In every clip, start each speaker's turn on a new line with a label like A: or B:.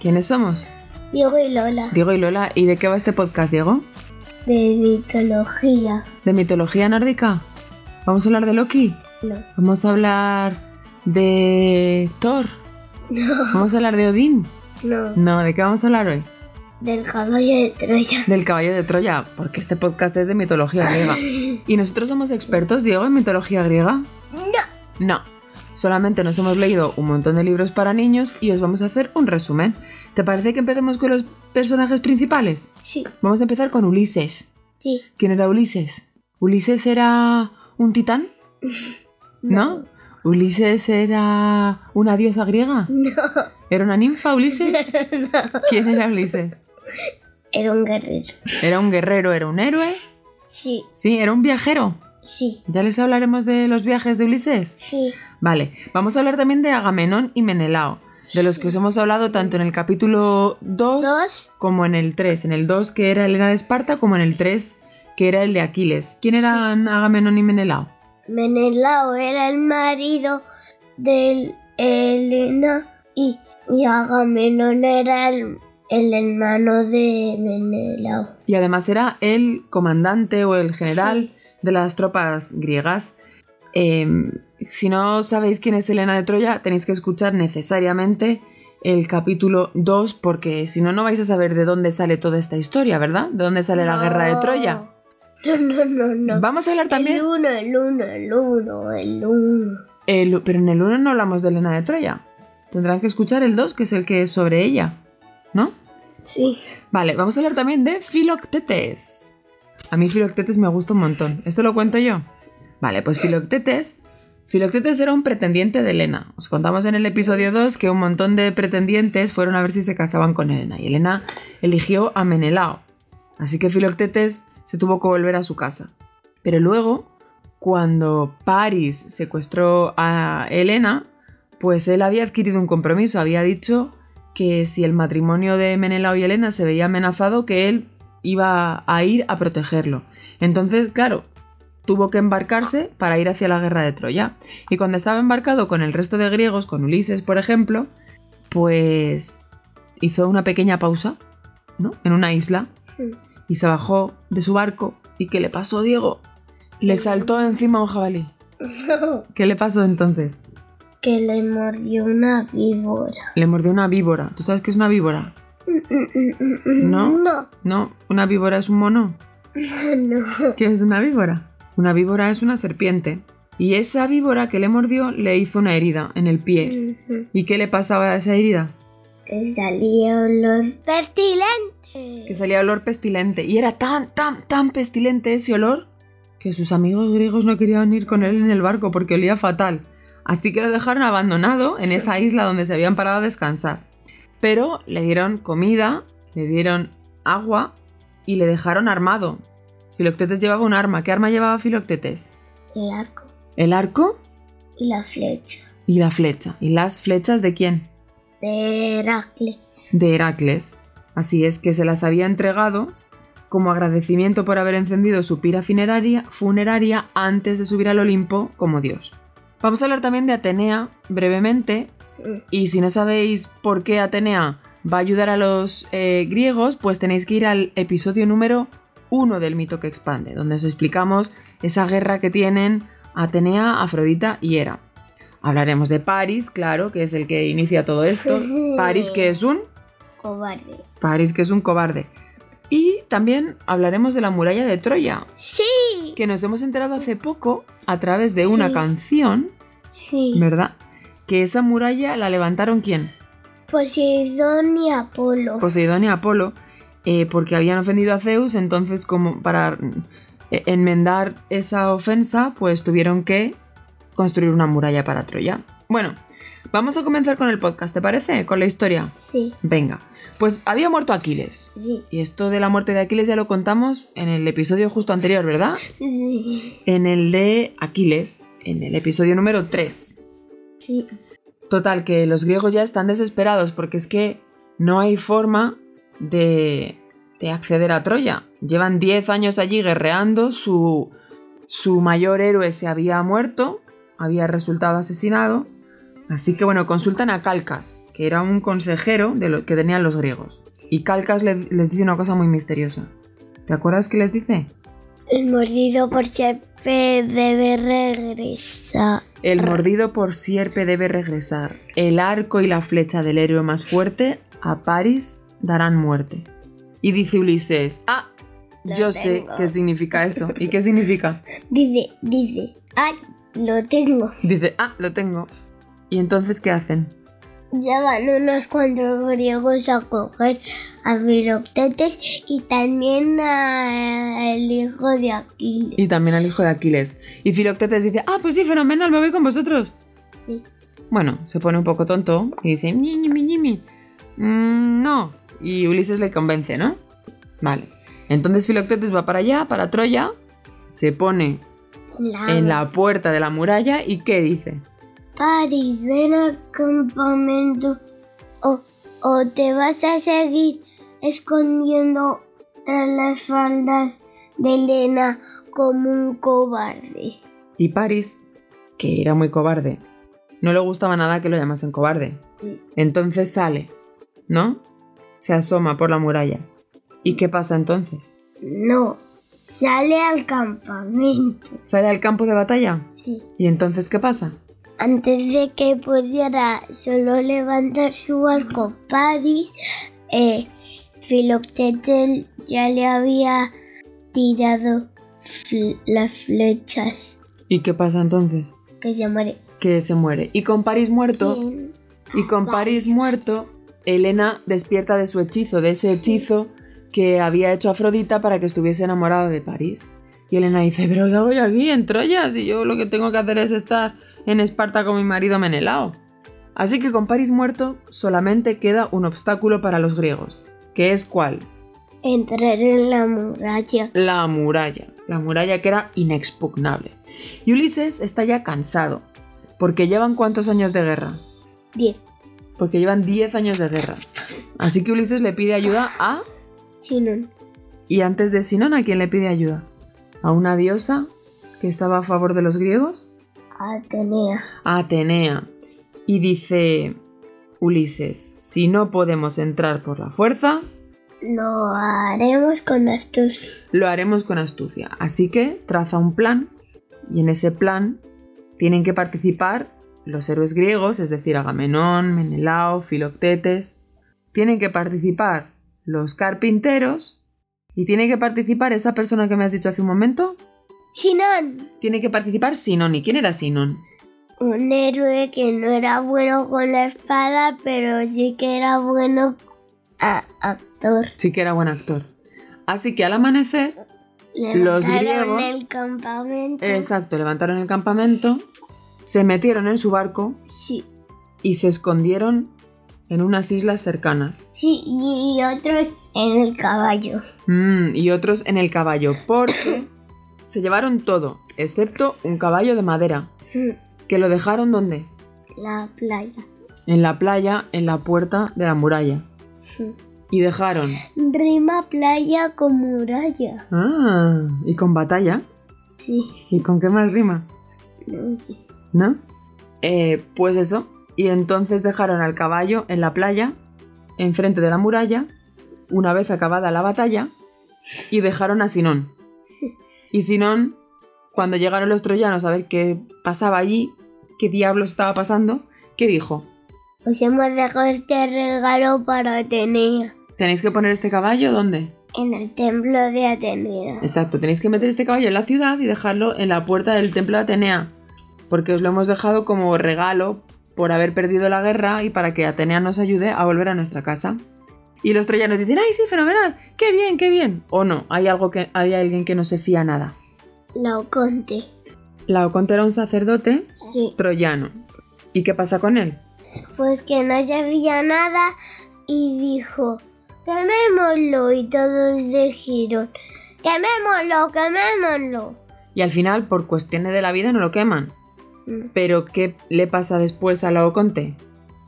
A: ¿Quiénes somos?
B: Diego y Lola,
A: Diego y Lola. ¿Y de qué va este podcast, Diego?
B: de mitología.
A: ¿De mitología nórdica? ¿Vamos a hablar de Loki?
B: No,
A: ¿Vamos a hablar de Thor? ¿Vamos a hablar de Odín?
B: no,
A: No, ¿de qué vamos a hablar hoy?
B: del caballo de Troya.
A: Del caballo de Troya, porque este podcast es de mitología griega. ¿Y nosotros somos expertos, Diego, en mitología griega? No. No. Solamente nos hemos leído un montón de libros para niños y os vamos a hacer un resumen. ¿Te parece que empecemos con los personajes principales?
B: Sí,
A: Vamos a empezar con Ulises.
B: sí.
A: ¿Quién era Ulises? ¿Ulises era un titán? ¿No? ¿Ulises era una diosa griega?
B: No,
A: ¿Era una ninfa Ulises?
B: no.
A: ¿Quién era Ulises?
B: Era un guerrero.
A: ¿Era un guerrero? ¿Era un héroe?
B: Sí,
A: Sí, era un viajero.
B: sí,
A: Ya les hablaremos de los viajes de Ulises.
B: sí.
A: Vale, vamos a hablar también de Agamenón y Menelao, de los que os hemos hablado tanto en el capítulo 2
B: Dos.
A: como en el 3. En el 2 que era Helena de Esparta, como en el 3 que era el de Aquiles. ¿Quién eran Agamenón y Menelao?
B: Menelao era el marido de Elena y, y Agamenón era el, el hermano de Menelao.
A: Y además era el comandante o el general
B: Sí.
A: de las tropas griegas. Eh, si no sabéis quién es Helena de Troya, tenéis que escuchar necesariamente el capítulo 2, porque si no, no vais a saber de dónde sale toda esta historia, ¿verdad? ¿De dónde sale la guerra de
B: No.
A: Troya?
B: No, no, no, no.
A: Vamos a hablar también...
B: El uno, el uno, el uno, el uno.
A: el- pero en el 1 no hablamos de Helena de Troya. Tendrán que escuchar el 2, que es el que es sobre ella, ¿no?
B: Sí.
A: Vale, vamos a hablar también de Filoctetes. A mí Filoctetes me gusta un montón. ¿Esto lo cuento yo? Vale, pues Filoctetes. Filoctetes era un pretendiente de Helena. Os contamos en el episodio 2 que un montón de pretendientes fueron a ver si se casaban con Helena. Y Helena eligió a Menelao. Así que Filoctetes se tuvo que volver a su casa. Pero luego, cuando Paris secuestró a Helena, pues él había adquirido un compromiso. Había dicho que si el matrimonio de Menelao y Helena se veía amenazado, que él iba a ir a protegerlo. Entonces, claro, tuvo que embarcarse para ir hacia la guerra de Troya. Y cuando estaba embarcado con el resto de griegos, con Ulises, por ejemplo, pues hizo una pequeña pausa, ¿no? En una isla.
B: Sí.
A: Y se bajó de su barco. ¿Y qué le pasó, Diego? Le saltó encima un jabalí. ¿Qué le pasó entonces?
B: que le mordió una víbora.
A: Le mordió una víbora. ¿Tú sabes qué es una víbora? ¿No?
B: No,
A: No, una víbora es un mono.
B: no.
A: ¿Qué es una víbora? Una víbora es una serpiente. Y esa víbora que le mordió le hizo una herida en el pie. ¿Y qué le pasaba a esa herida?
B: Que salía olor pestilente.
A: Que salía olor pestilente. Y era tan, tan, tan pestilente ese olor que sus amigos griegos no querían ir con él en el barco porque olía fatal. Así que lo dejaron abandonado en esa isla donde se habían parado a descansar. Pero le dieron comida, le dieron agua y le dejaron armado. Filoctetes llevaba un arma. ¿Qué arma llevaba Filoctetes?
B: El arco
A: ¿El arco?
B: y la flecha
A: Y la flecha. ¿Y las flechas de quién?
B: de Heracles.
A: De Heracles. Así es que se las había entregado como agradecimiento por haber encendido su pira funeraria, funeraria antes de subir al Olimpo como dios. Vamos a hablar también de Atenea brevemente.
B: Mm,
A: Y si no sabéis por qué Atenea va a ayudar a los eh, griegos, pues tenéis que ir al episodio número uno del mito que expande, donde os explicamos esa guerra que tienen Atenea, Afrodita y Hera. Hablaremos de París, claro, que es el que inicia todo esto. París que es un
B: Cobarde.
A: París que es un cobarde. Y también hablaremos de la muralla de Troya,
B: Sí.
A: que nos hemos enterado hace poco a través de una
B: Sí.
A: canción,
B: Sí.
A: ¿verdad? Que esa muralla la levantaron quién?
B: Poseidón y Apolo.
A: Poseidón y Apolo, eh, porque habían ofendido a Zeus, entonces como para mm, eh, enmendar esa ofensa, pues tuvieron que construir una muralla para Troya. Bueno, vamos a comenzar con el podcast, ¿te parece? Con la historia.
B: Sí.
A: Venga, pues había muerto Aquiles,
B: Sí.
A: Y esto de la muerte de Aquiles ya lo contamos en el episodio justo anterior, ¿verdad?
B: Sí.
A: En el de Aquiles, en el episodio número 3.
B: Sí.
A: Total, que los griegos ya están desesperados porque es que no hay forma de, de acceder a Troya. Llevan 10 años allí guerreando, su, su mayor héroe se había muerto, había resultado asesinado. Así que bueno, consultan a Calcas, que que era un consejero de lo que tenían los griegos. Y Calcas le- les dice una cosa muy misteriosa. ¿Te acuerdas qué les dice?
B: El mordido por siempre debe regresar.
A: El mordido por sierpe debe regresar. El arco y la flecha del héroe más fuerte a París darán muerte. Y dice Ulises, ah,
B: Lo
A: yo sé
B: tengo.
A: qué significa eso. ¿Y qué significa?
B: Dice, dice, ay, lo tengo.
A: Dice, ah, lo tengo. ¿Y entonces qué hacen?
B: Ya van unos cuantos griegos a coger a Filoctetes y también a- al hijo de Aquiles.
A: Y también al hijo de Aquiles. Y Filoctetes dice, ah, pues sí, fenomenal, me voy con vosotros.
B: Sí.
A: Bueno, se pone un poco tonto y dice, "Ñi, ñimi, ñimi". Mm, no. Y Ulises le convence, ¿no? Vale. Entonces Filoctetes va para allá, para Troya, se pone en la puerta de la muralla y ¿qué dice?
B: París, ven al campamento o, o te vas a seguir escondiendo tras las faldas de Elena como un cobarde.
A: Y París, que era muy cobarde, no le gustaba nada que lo llamasen cobarde.
B: Sí.
A: Entonces sale, ¿no? Se asoma por la muralla. ¿Y qué pasa entonces?
B: No, sale al campamento.
A: Sale al campo de batalla.
B: Sí.
A: ¿Y entonces qué pasa?
B: Antes de que pudiera solo levantar su arco París, eh, Filoctetes ya le había tirado fl- las flechas
A: ¿Y qué pasa entonces?
B: que llamaré.
A: Que se muere. Y con París muerto,
B: ¿Quién?
A: y con París muerto, Elena despierta de su hechizo, de ese hechizo que había hecho Afrodita para que estuviese enamorada de París. Y Elena dice, pero ¿qué hago yo aquí en Troya si yo lo que tengo que hacer es estar en Esparta con mi marido Menelao? Así que con París muerto solamente queda un obstáculo para los griegos, que es cuál?
B: Entrar en la muralla.
A: la muralla, la muralla que era inexpugnable. Y Ulises está ya cansado, porque llevan cuántos años de guerra,
B: 10.
A: porque llevan 10 años de guerra. Así que Ulises le pide ayuda a...
B: Sinón.
A: Y antes de Sinón, ¿a quién le pide ayuda? ¿A una diosa que estaba a favor de los griegos?
B: Atenea.
A: A Atenea. Y dice Ulises, si no podemos entrar por la fuerza,
B: Lo haremos con astucia.
A: lo haremos con astucia. Así que traza un plan y en ese plan tienen que participar los héroes griegos, es decir, Agamenón, Menelao, Filoctetes. Tienen que participar los carpinteros y tiene que participar esa persona que me has dicho hace un momento.
B: Sinón.
A: Tiene que participar Sinón. ¿Y quién era Sinón?
B: Un héroe que no era bueno con la espada, pero sí que era bueno a- actor.
A: Sí que era buen actor. Así que al amanecer,
B: Le
A: Los
B: mataron
A: griegos-
B: el campamento.
A: exacto, levantaron el campamento, se metieron en su barco
B: Sí.
A: y se escondieron en unas islas cercanas.
B: Sí, y y otros en el caballo.
A: Mm, y otros en el caballo, porque se llevaron todo, excepto un caballo de madera, que lo dejaron donde?
B: La playa.
A: En la playa, en la puerta de la muralla. Y dejaron...
B: Rima playa con muralla.
A: Ah, y con batalla.
B: Sí.
A: ¿Y con qué más rima?
B: no sé.
A: ¿No? Eh, pues eso. Y entonces dejaron al caballo en la playa, enfrente de la muralla, una vez acabada la batalla, y dejaron a Sinón. Y Sinón, cuando llegaron los troyanos a ver qué pasaba allí, qué diablos estaba pasando, ¿qué dijo?
B: Os hemos dejado este regalo para Atenea.
A: ¿Tenéis que poner este caballo dónde?
B: En el templo de Atenea.
A: Exacto, tenéis que meter este caballo en la ciudad y dejarlo en la puerta del templo de Atenea, porque os lo hemos dejado como regalo por haber perdido la guerra y para que Atenea nos ayude a volver a nuestra casa. Y los troyanos dicen, ¡ay, sí, fenomenal! ¡Qué bien, qué bien! O no, hay, algo que, hay alguien que no se fía nada.
B: Laoconte.
A: Laoconte era un sacerdote
B: Sí.
A: troyano. ¿Y qué pasa con él?
B: Pues que no sabía nada y dijo, quemémoslo y todos dijeron, quemémoslo, quemémoslo.
A: Y al final, por cuestiones de la vida, no lo queman.
B: Mm.
A: Pero ¿qué le pasa después a Laoconte?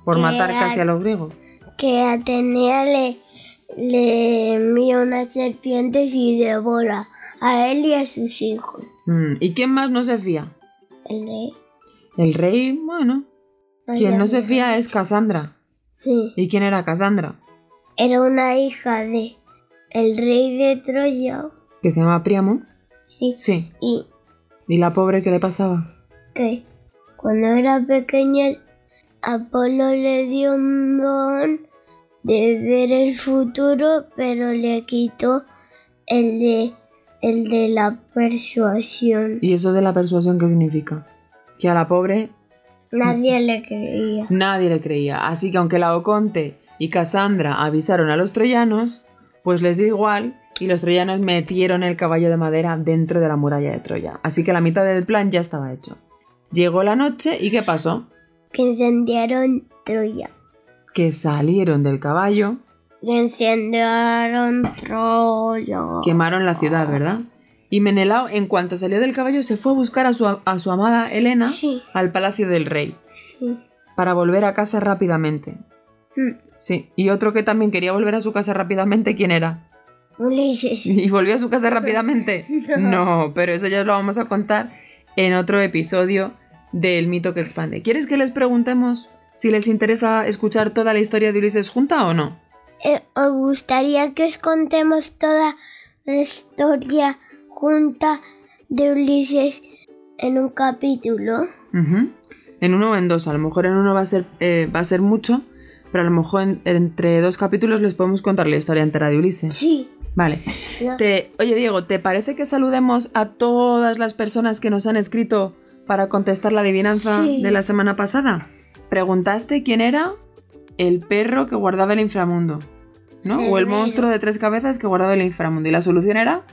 A: Por
B: Que
A: matar
B: a-
A: casi a los griegos.
B: Que Atenea le, le envía unas serpientes y devora a él y a sus hijos.
A: Mm, ¿Y quién más no se fía?
B: El rey.
A: El rey, bueno. Quien no se fía es Cassandra.
B: Sí.
A: ¿Y quién era Cassandra?
B: Era una hija de el rey de Troya.
A: ¿Que se llamaba Priamo?
B: Sí.
A: Sí.
B: Y
A: ¿Y la pobre qué le pasaba?
B: que cuando era pequeña Apolo le dio un don de ver el futuro, pero le quitó el de el de la persuasión.
A: ¿Y eso de la persuasión qué significa? Que a la pobre
B: Nadie le creía.
A: Nadie le creía, así que aunque Laoconte y Casandra avisaron a los troyanos, pues les dio igual y los troyanos metieron el caballo de madera dentro de la muralla de Troya. Así que la mitad del plan ya estaba hecho. Llegó la noche y ¿qué pasó?
B: Que incendiaron Troya.
A: Que salieron del caballo,
B: Que incendiaron Troya.
A: quemaron la ciudad, ¿verdad? Y Menelao, en cuanto salió del caballo, se fue a buscar a su, a su amada Helena
B: Sí,
A: al palacio del rey,
B: sí.
A: para volver a casa rápidamente.
B: Mm,
A: Sí, y otro que también quería volver a su casa rápidamente, ¿quién era?
B: Ulises.
A: ¿Y volvió a su casa rápidamente? No, pero eso ya lo vamos a contar en otro episodio del mito que expande. ¿Quieres que les preguntemos si les interesa escuchar toda la historia de Ulises junta o no?
B: Eh, ¿Os gustaría que os contemos toda la historia junta de Ulises en un capítulo?
A: Ujú. En uno o en dos, a lo mejor en uno va a ser, eh, va a ser mucho, pero a lo mejor en- entre dos capítulos les podemos contar la historia entera de Ulises.
B: Sí.
A: Vale.
B: ¿no?
A: Te- oye Diego, ¿te parece que saludemos a todas las personas que nos han escrito para contestar la adivinanza
B: Sí.
A: de la semana pasada? Preguntaste quién era el perro que guardaba el inframundo, ¿no? O el
B: Cerbero.
A: monstruo de tres cabezas que guardaba el inframundo. Y la solución era...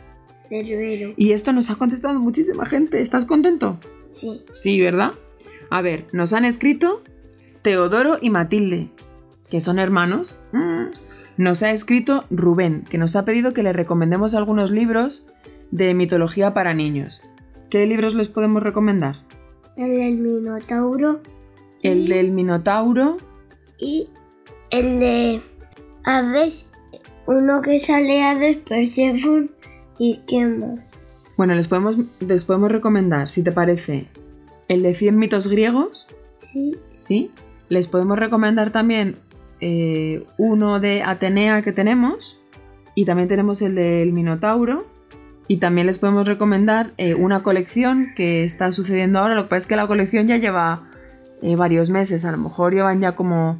B: Cerbero.
A: Y esto nos ha contestado muchísima gente. ¿Estás contento?
B: Sí.
A: Sí, ¿verdad? A ver, nos han escrito Teodoro y Matilde, que son hermanos. Mm. Nos ha escrito Rubén, que nos ha pedido que le recomendemos algunos libros de mitología para niños. ¿Qué libros les podemos recomendar?
B: El del Minotauro Mm.
A: El del Minotauro.
B: y el de Hades. Uno que sale Hades, Persephone y quién más.
A: Bueno, les podemos, les podemos recomendar, si te parece, el de 100 mitos griegos.
B: Sí.
A: Sí. Les podemos recomendar también eh, uno de Atenea que tenemos. Y también tenemos el del Minotauro. Y también les podemos recomendar eh, una colección que está sucediendo ahora. Lo que pasa es que la colección ya lleva eh, varios meses. A lo mejor llevan ya como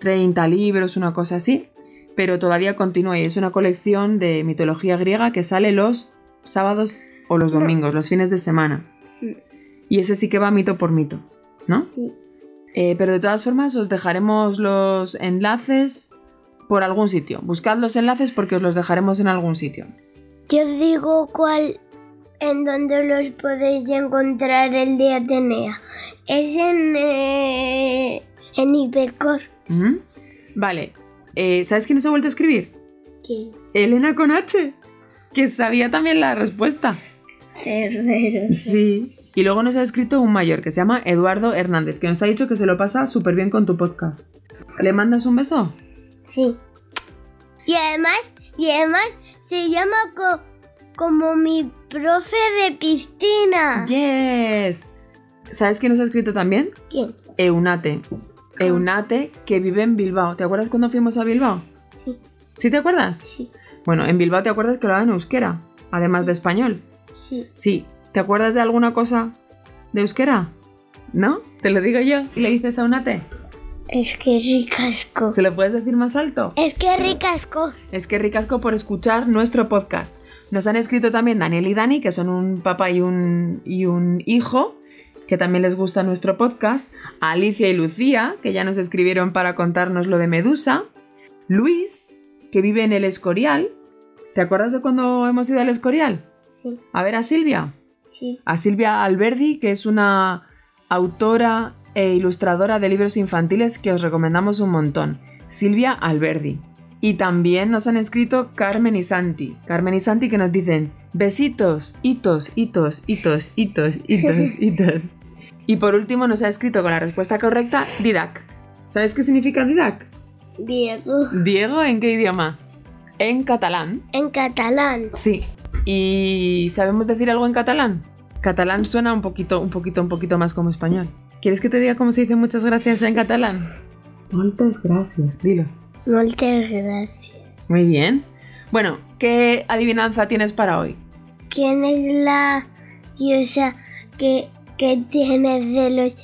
A: 30 libros, una cosa así. Pero todavía continúa y es una colección de mitología griega que sale los sábados o los domingos, los fines de semana. Y ese sí que va mito por mito, ¿no?
B: Sí.
A: Eh, pero de todas formas os dejaremos los enlaces por algún sitio. Buscad los enlaces porque os los dejaremos en algún sitio.
B: Yo os digo cuál, en donde los podéis encontrar el de Atenea. Es en, eh, en Hipercor.
A: Ujú. Vale. Eh, ¿Sabes quién nos ha vuelto a escribir?
B: Que
A: Elena con H, que sabía también la respuesta.
B: Cerberos.
A: Sí. Y luego nos ha escrito un mayor que se llama Eduardo Hernández, que nos ha dicho que se lo pasa súper bien con tu podcast. ¿Le mandas un beso?
B: Sí. Y además, y además se llama co- como mi profe de
A: Ah.
B: piscina.
A: ¡Yes! ¿Sabes quién nos ha escrito también?
B: ¿Quién?
A: Eunate. Eunate, que vive en Bilbao. ¿Te acuerdas cuando fuimos a Bilbao?
B: Sí,
A: ¿Sí te acuerdas?
B: sí,
A: Bueno, en Bilbao te acuerdas que hablaban euskera, además de español.
B: sí.
A: Sí. ¿Te acuerdas de alguna cosa de euskera? ¿No? Te lo digo yo. ¿Y le dices a Eunate?
B: Es que ricasco.
A: ¿Se lo puedes decir más alto?
B: Es que ricasco.
A: Es que ricasco por escuchar nuestro podcast. Nos han escrito también Daniel y Dani, que son un papá y un, y un hijo, que también les gusta nuestro podcast. A Alicia y Lucía, que ya nos escribieron para contarnos lo de Medusa. Luis, que vive en el Escorial. ¿Te acuerdas de cuando hemos ido al Escorial?
B: Sí,
A: A ver a Silvia.
B: sí.
A: A Silvia Alberdi, que es una autora e ilustradora de libros infantiles que os recomendamos un montón. Silvia Alberdi. Y también nos han escrito Carmen y Santi. Carmen y Santi que nos dicen besitos, hitos, hitos, hitos, hitos, hitos, hitos. Y por último nos ha escrito con la respuesta correcta Didac. ¿Sabes qué significa Didac?
B: Diego.
A: Diego, ¿en qué idioma? En catalán.
B: En catalán.
A: Sí. ¿Y sabemos decir algo en catalán? Catalán suena un poquito, un poquito, un poquito más como español. ¿Quieres que te diga cómo se dice muchas gracias en catalán? Moltes gracias, dilo.
B: Muchas gracias.
A: Muy bien. Bueno, ¿qué adivinanza tienes para hoy?
B: ¿Quién es la diosa que, que tiene celos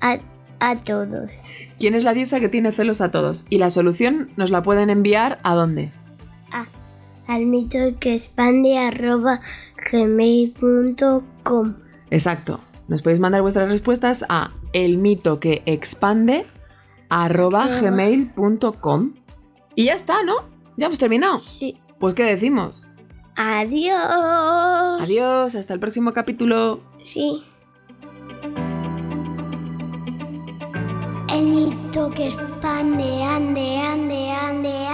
B: a, a todos?
A: ¿Quién es la diosa que tiene celos a todos? Y la solución nos la pueden enviar a dónde?
B: A, al mito Ah, que expande arroba gmail.com.
A: Exacto. Nos podéis mandar vuestras respuestas a el mito que expande arroba
B: Arroba.
A: gmail.com. Y ya está, ¿no? Ya hemos terminado.
B: Sí.
A: Pues ¿qué decimos?
B: Adiós.
A: Adiós, hasta el próximo capítulo.
B: Sí. El mito que expande, ande, ande, ande, ande.